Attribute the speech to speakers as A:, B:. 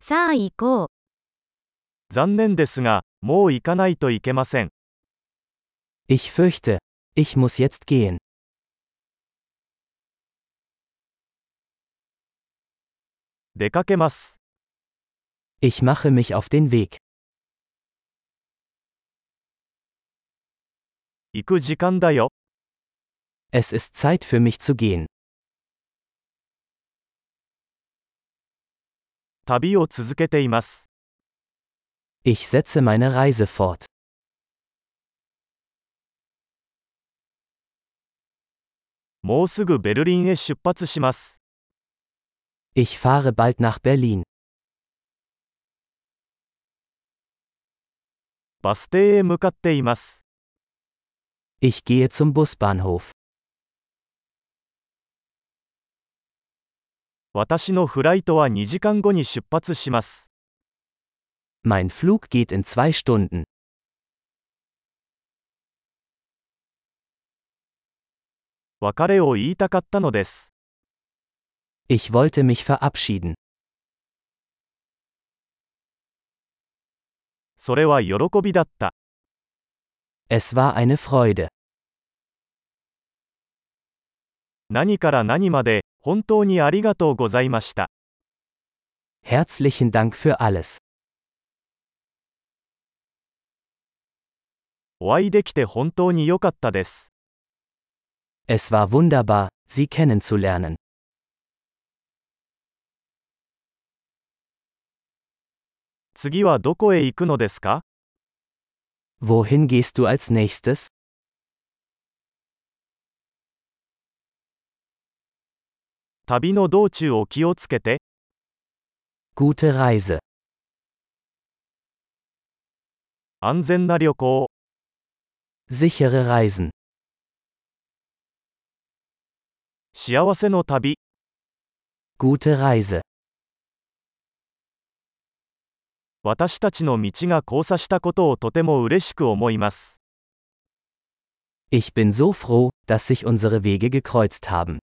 A: さあ行こう。
B: 残念ですが、もう行かないといけません。
C: Ich fürchte, ich muss jetzt gehen.
B: 出かけます。
C: Ich mache mich auf den Weg.
B: 行く時間だよ。
C: Es ist Zeit für mich zu gehen.
B: 旅を続けています。
C: Ich setze meine Reise fort.
B: もうすぐベルリンへ出発します。
C: Ich fahre bald nach Berlin.
B: バス停へ向かっています。
C: Ich gehe zum Busbahnhof.
B: 私のフライトは2時間後に出発します。
C: Mein Flug geht in zwei Stunden.
B: 別れを言いたかったのです。
C: Ich wollte mich verabschieden.
B: それは喜びだった。
C: Es war eine Freude.
B: 何から何まで、本当にありがとうございました。
C: Herzlichen Dank für alles.
B: お会いできて本当に良かったです。
C: Es war wunderbar, Sie kennenzulernen.
B: 次はどこへ行くのですか
C: Wohin gehst du als nächstes?
B: 旅の道中を気をつけて、
C: Gute Reise.
B: 安全な旅行を。
C: Sichere Reisen.
B: 幸せの旅。
C: Gute Reise.
B: 私たちの道が交差したことをとても嬉しく思います。
C: Ich bin so froh, dass sich unsere Wege gekreuzt haben.